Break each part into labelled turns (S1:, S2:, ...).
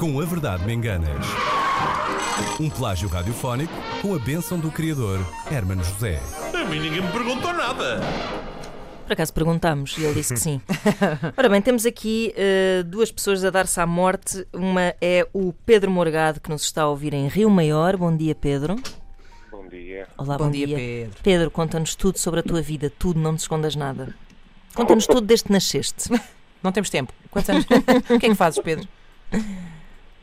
S1: com A Verdade Me Enganas. Um plágio radiofónico com a bênção do criador Hermano José.
S2: A mim ninguém me perguntou nada.
S3: Por acaso perguntámos e ele disse que sim. Ora bem, temos aqui eh, duas pessoas a dar-se à morte. Uma é o Pedro Morgado, que nos está a ouvir em Rio Maior. Bom dia, Pedro.
S4: Bom dia.
S3: Olá, bom,
S5: Bom dia, Pedro.
S3: Pedro, conta-nos tudo sobre a tua vida, tudo, não te escondas nada. Conta-nos tudo desde que nasceste.
S5: Não temos tempo. Quantos anos? o que é que fazes, Pedro?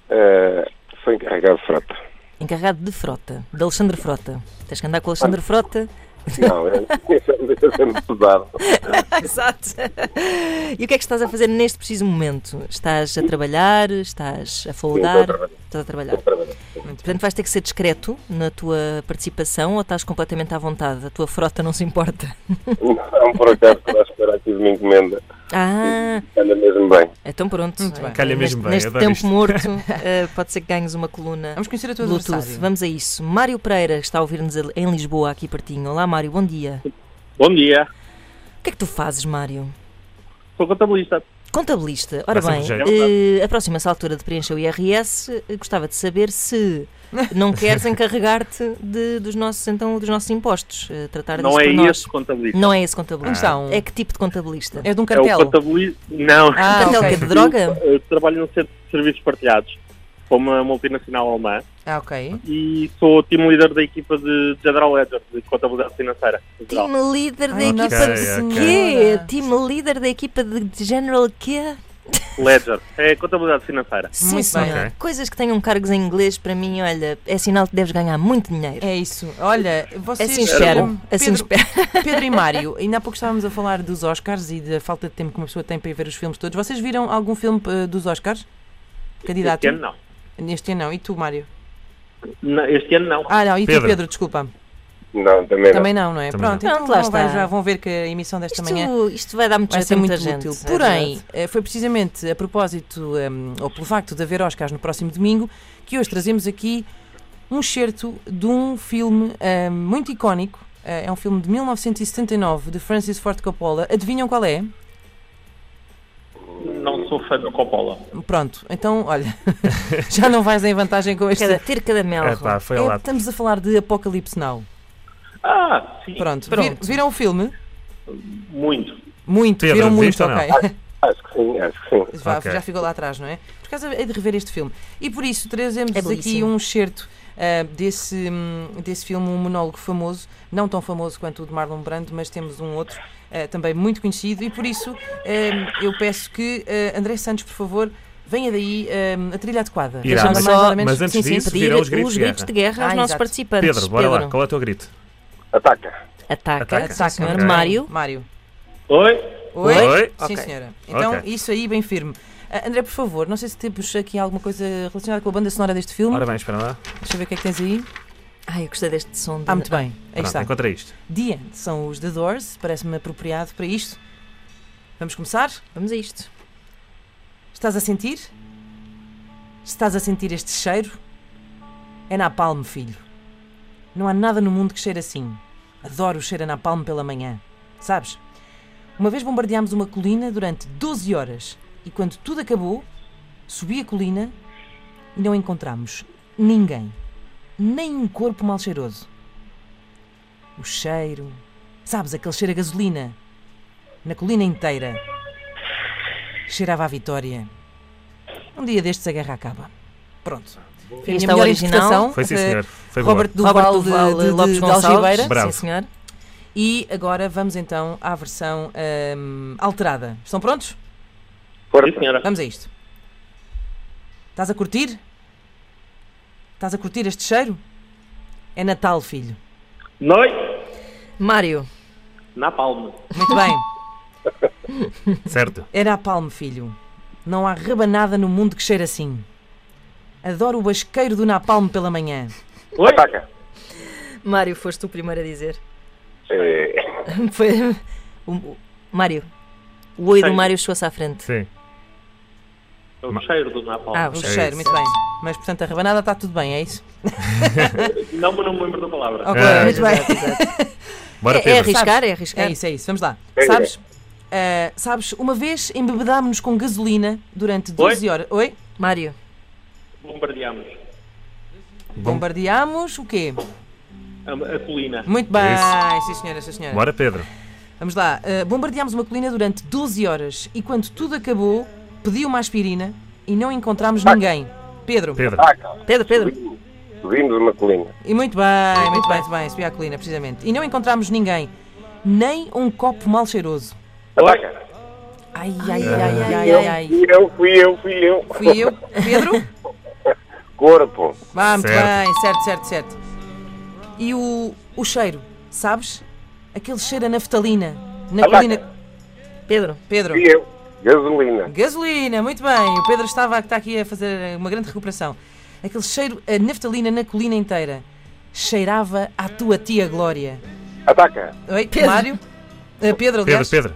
S4: Eh, sou encarregado de frota.
S3: Encarregado de frota, de Alexandre Frota. Tens que andar com o Alexandre Frota.
S4: Não, é sempre pesado.
S3: Exato. E o que é que estás a fazer neste preciso momento? Estás a trabalhar? Estás a foldar?
S4: trabalhar.
S3: Estás a trabalhar.
S4: trabalhar.
S3: Portanto, vais ter que ser discreto na tua participação ou estás completamente à vontade? A tua frota não se importa.
S4: Não, por acaso, estou à espera aqui de uma encomenda.
S3: Ah,
S4: Anda mesmo bem.
S3: então pronto.
S5: Muito bem.
S6: Calha
S3: neste
S6: mesmo bem,
S3: neste
S6: adoro
S3: tempo
S6: isto.
S3: morto, eh, pode ser que ganhes uma coluna.
S5: Vamos conhecer a tua
S3: Bluetooth,
S5: adversária.
S3: vamos a isso. Mário Pereira está a ouvir-nos em Lisboa, aqui pertinho. Olá, Mário, bom dia.
S7: Bom dia,
S3: O que é que tu fazes, Mário?
S7: sou contabilista.
S3: Contabilista, ora
S6: Dá
S3: bem,
S6: sempre
S3: eh, aproxima-se a altura de preencher o IRS, eh, gostava de saber se não queres encarregar-te de- dos, nossos, então, dos nossos impostos, eh, tratar
S7: Não
S3: disso
S7: é
S3: por nós.
S7: esse contabilista.
S3: Não é esse contabilista.
S5: Então,
S3: É que tipo de contabilista?
S5: é de um
S7: É o
S5: Hum, cartel.
S7: contabilista. Não,
S5: Ah,
S3: cartel que é
S5: ok.
S3: de droga?
S7: eu trabalho no centro de serviços partilhados para uma multinacional alemã
S5: Ah, ok.
S7: e sou team leader da equipa de General Ledger, de contabilidade financeira. em geral.
S3: Team leader da
S5: Ai,
S3: equipa
S5: nossa
S6: de-
S3: de
S6: ok.
S3: quê?
S5: senhora.
S3: Team leader da equipa de General quê?
S7: Ledger, é contabilidade financeira.
S3: Sim,
S5: Muito bem.
S3: senhor. Coisas que tenham cargos em inglês, para mim, olha, é sinal que deves ganhar muito dinheiro.
S5: É isso. Olha, vocês.
S3: Assim espero,
S5: Pedro,
S3: assim espero.
S5: Pedro e Mário, ainda há pouco estávamos a falar dos Oscars e da falta de tempo que uma pessoa tem para ir ver os filmes todos. Vocês viram algum filme eh, dos Oscars? Candidato?
S7: Este ano não.
S5: Este ano não. E tu, Mário?
S7: Não, Este ano não.
S5: Ah, não. E tu,
S6: Pedro.
S5: Pedro, desculpa.
S4: Não, também não.
S5: Também não, não é?
S6: Também
S5: Pronto,
S3: não.
S5: então
S3: Pronto, lá
S5: vão ver-
S3: está.
S5: já vão ver que a emissão desta manhã
S3: Isto, isto vai dar muito
S5: vai
S3: jeito a
S5: ser muito
S3: muita gente.
S5: útil.
S3: é
S5: Porém,
S3: verdade.
S5: eh, foi precisamente a propósito, hum, ou pelo facto de haver Oscars no próximo domingo, que hoje trazemos aqui um excerto de um filme hum, muito icónico. Eh, É um filme de 1979 de Francis Ford Coppola. Adivinham qual é?
S7: Não sou fã do Coppola.
S5: Pronto, então olha, já não vais em vantagem com este.
S3: Cada, ter cada mel.
S6: É pá, foi ao
S5: É,
S6: lado.
S5: estamos a falar de Apocalipse Now.
S7: Ah, sim.
S5: Pronto,
S3: Pronto.
S5: vir- viram o filme?
S7: Muito.
S5: Muito,
S6: Pedro,
S5: viram muito,
S6: viste ou não?
S5: ok.
S4: Acho que sim, acho que sim.
S5: Já,
S6: Ok.
S5: já ficou lá atrás, não é? Por acaso é de rever este filme. E por isso trazemos
S3: É
S5: aqui
S3: belíssimo.
S5: um excerto ah, desse, hum, desse filme, um monólogo famoso, não tão famoso quanto o de Marlon Brando, mas temos um outro ah, também muito conhecido. E por isso ah, eu peço que ah, André Santos, por favor, venha daí ah, a trilha adequada.
S6: Irá,
S5: Nada
S6: mas
S5: mais,
S3: só-
S5: nada menos-
S6: mas antes
S5: sim, sim,
S6: disso-
S5: sim.
S3: Pedir
S6: Viram os gritos de
S3: de guerra aos
S5: Ah,
S3: nossos
S5: exato.
S3: participantes.
S6: Pedro, bora lá, qual é o teu grito?
S4: Ataca.
S3: Ataca.
S6: Ataca.
S3: Sim, senhor.
S6: Ataca.
S3: Mário.
S5: Mário.
S7: Oi?
S5: Oi?
S6: Oi?
S5: Sim,
S3: Ok.
S5: senhora. Então,
S6: Ok.
S5: isso aí, bem firme. Ah, André, por favor, não sei se temos aqui alguma coisa relacionada com a banda sonora deste filme.
S6: Ora bem, espera lá.
S5: Deixa eu ver o que é que tens aí.
S3: Ai, eu gostei deste som. de-
S5: Ah, muito bem. Aí
S6: Pronto,
S5: está.
S6: encontra isto.
S5: The End são os The Doors, parece-me apropriado para isto. Vamos começar?
S3: Vamos a isto.
S5: Estás a sentir? Estás a sentir este cheiro? É napalm, filho. Não há nada no mundo que cheire assim. Adoro o cheiro a napalm pela manhã. Sabes? Uma vez bombardeámos uma colina durante 12 horas e quando tudo acabou, subi a colina e não encontramos ninguém. Nem um corpo mal cheiroso. O cheiro. Sabes, aquele cheiro a gasolina. Na colina inteira. Cheirava à vitória. Um dia destes a guerra acaba. Pronto. Foi a
S3: Este é
S5: minha
S3: o
S5: melhor
S3: original?
S5: interpretação.
S6: Foi sim,
S5: Eh,
S6: senhor. Foi bom.
S5: Robert Duval,
S3: Robert Duval,
S5: de, de,
S3: Lopes
S5: de, de
S3: Gonçalves.
S5: Algibeira.
S6: Bravo.
S3: Sim, senhor.
S5: E agora vamos então à versão ahm, alterada. Estão prontos?
S7: Sim,
S4: Força.
S7: senhora.
S5: Vamos a isto. Estás a curtir? Estás a curtir este cheiro? É Natal, filho.
S7: Noi?
S3: Mário.
S7: Napalm.
S5: Muito bem.
S6: Certo.
S5: Era a palme, filho. Não há rabanada no mundo que cheira assim. Adoro o basqueiro do Napalm pela manhã.
S7: Oi?
S4: Ataca.
S3: Mário, foste o primeiro a dizer.
S4: Eh,
S3: Foi. O, o- Mário. O oi do
S7: Sei.
S3: Mário chegou-se à frente.
S6: Sim.
S7: É o cheiro do Napalm.
S3: Ah,
S5: O
S3: o-
S5: cheiro, muito bem. Mas portanto a rabanada está tudo bem, é isso?
S7: Não, mas não me lembro da palavra.
S5: Ok,
S6: Ah,
S5: muito bem.
S6: Bora,
S3: é, é
S6: Pedro.
S3: arriscar, é arriscar.
S5: É isso, é isso. Vamos lá.
S4: É.
S5: Sabes? eh, ah, sabes, uma vez embebedámos-nos com gasolina durante 12 horas. Oi?
S3: Mário.
S7: bombardeámos
S6: Bom,
S5: Bombardeámos o quê?
S7: a, a colina.
S5: Muito bem,
S6: Isso.
S5: sim senhora, sim senhora.
S6: bora, Pedro.
S5: Vamos lá. Uh, bombardeámos uma colina durante 12 horas e quando tudo acabou, pedi uma aspirina e não encontramos ninguém. Pedro.
S6: Pedro,
S4: Ah, calma.
S3: Pedro, Pedro.
S4: Vimos uma colina.
S5: E muito bem, muito bem, muito bem. Subi à colina, precisamente. E não encontramos ninguém. Nem um copo mal cheiroso.
S4: Ataca.
S5: Ai, ai, ai, ai, ai, ai.
S4: Fui eu, fui eu, fui eu.
S5: Fui eu, Pedro?
S4: Corpo.
S5: Vá, Ah, muito
S6: Certo.
S5: bem, certo, certo, certo. E o, o cheiro, sabes? Aquele cheiro a naftalina. Na
S4: Tabaco.
S5: colina.
S3: Pedro.
S5: Pedro.
S4: Fui eu. Gasolina.
S5: Gasolina, muito bem. O Pedro estava está aqui a fazer uma grande recuperação. Aquele cheiro a naftalina na colina inteira. Cheirava à tua tia Glória.
S4: Ataca.
S5: Oi,
S3: Pedro.
S5: Mário? Ah, Pedro, aliás.
S6: Pedro,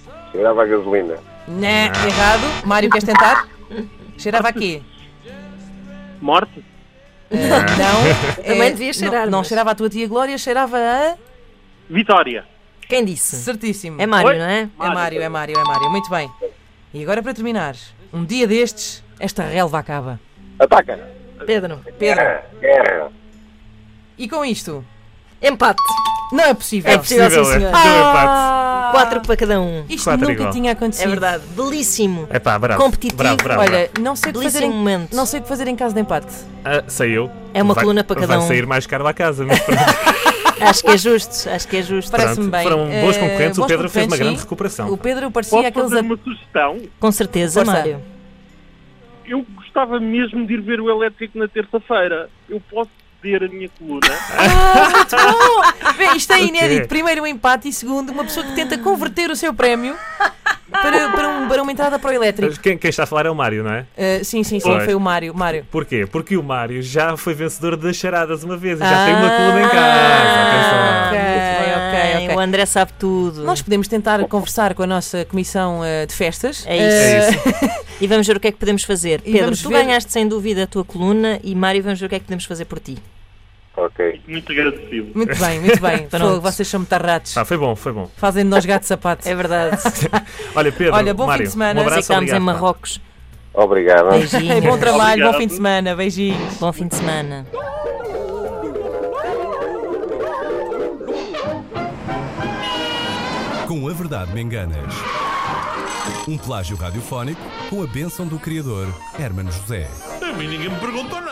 S6: Pedro.
S4: Cheirava a gasolina.
S5: Né, errado. Mário, queres tentar? Cheirava a quê?
S7: Morte?
S5: Ah, não.
S3: Também
S5: eh,
S3: devias
S5: não-
S3: cheirar,
S5: Não,
S3: mas-
S5: cheirava à tua tia Glória, cheirava a.
S7: Vitória.
S3: Quem disse?
S5: Certíssimo.
S3: É Mário,
S7: Oi?
S3: não é?
S5: É Mário, é Mário, é Mário. Muito bem. E agora para terminar, um dia destes, esta relva acaba.
S4: Ataca.
S3: Pedro.
S5: Pedro,
S4: Guerra. Guerra.
S5: e com isto?
S3: Empate.
S5: Não é possível.
S3: É possível, sim,
S6: é.
S3: senhor.
S6: Deu empate.
S5: Ah!
S3: Quatro para cada um.
S5: Isto
S6: Quatro
S5: nunca
S6: igual.
S5: tinha acontecido.
S3: É verdade. Belíssimo.
S6: É pá, bravo.
S3: Competitivo,
S6: Bravo, bravo,
S5: Olha, não sei, o que fazer
S3: Belíssimo
S5: em,
S3: momento.
S5: não sei o que fazer em caso de empate.
S6: bravo. Ah, saiu.
S3: É uma
S6: Vai-
S3: coluna para cada
S6: Vai
S3: um.
S6: sair mais caro lá a casa. Mas pronto,
S3: Acho que é justo. Acho que é justo.
S5: Parece-me bem.
S6: foram
S5: Eh,
S6: bons concorrentes.
S5: bons
S6: o Pedro fez uma
S5: concorrentes,
S6: grande
S5: sim.
S6: recuperação.
S5: O Pedro parecia
S7: Posso
S5: aqueles.
S7: fazer
S5: a-
S7: uma sugestão?
S3: Com certeza,
S5: Força.
S3: Mário.
S7: Eu gostava mesmo de ir ver o elétrico na terça-feira. Eu posso ceder a minha coluna?
S5: Oh, vê, isto é inédito.
S6: Ok.
S5: Primeiro, um empate e segundo, uma pessoa que tenta converter o seu prémio para, para, um- para uma entrada para o elétrico.
S6: Mas Quem, quem está a falar é o Mário, não é?
S5: Eh, sim, sim, sim,
S6: Pois.
S5: foi o Mário. Mário.
S6: Porquê? Porque o Mário já foi vencedor das charadas uma vez e já tem uma
S5: Ah,
S6: coluna em casa.
S5: Ah,
S6: Atenção.
S5: ok,
S3: Muito
S5: ok,
S3: bem,
S5: ok.
S3: O André sabe tudo.
S5: Nós podemos tentar conversar com a nossa comissão eh, de festas.
S3: É isso.
S5: Eh,
S6: É isso.
S3: E vamos ver o que é que podemos fazer.
S5: E
S3: Pedro,
S5: vamos
S3: tu
S5: ver-
S3: ganhaste sem dúvida a tua coluna e Mário, vamos ver o que é que podemos fazer por ti.
S4: Ok.
S7: Muito agradecido.
S5: Muito bem, muito bem.
S3: Pronto.
S5: Fogo, vocês são muito ratos.
S6: Ah, foi bom, foi bom.
S5: Fazem de nós gato de sapato.
S3: Tá. É verdade.
S6: Olha, Pedro,
S5: Olha, bom fim
S6: Mário,
S5: de semana. Sei
S6: Um
S3: Sei que
S6: abraço,
S3: estamos em
S6: obrigado, pá.
S3: Marrocos.
S4: Obrigado.
S3: Beijinhos.
S5: Bom trabalho, bom
S7: Obrigado.
S5: fim de semana. Beijinhos.
S3: Bom fim de semana.
S1: Com a verdade me enganas. Um plágio radiofónico com a bênção do criador Hermano José.
S2: A mim ninguém me perguntou nada.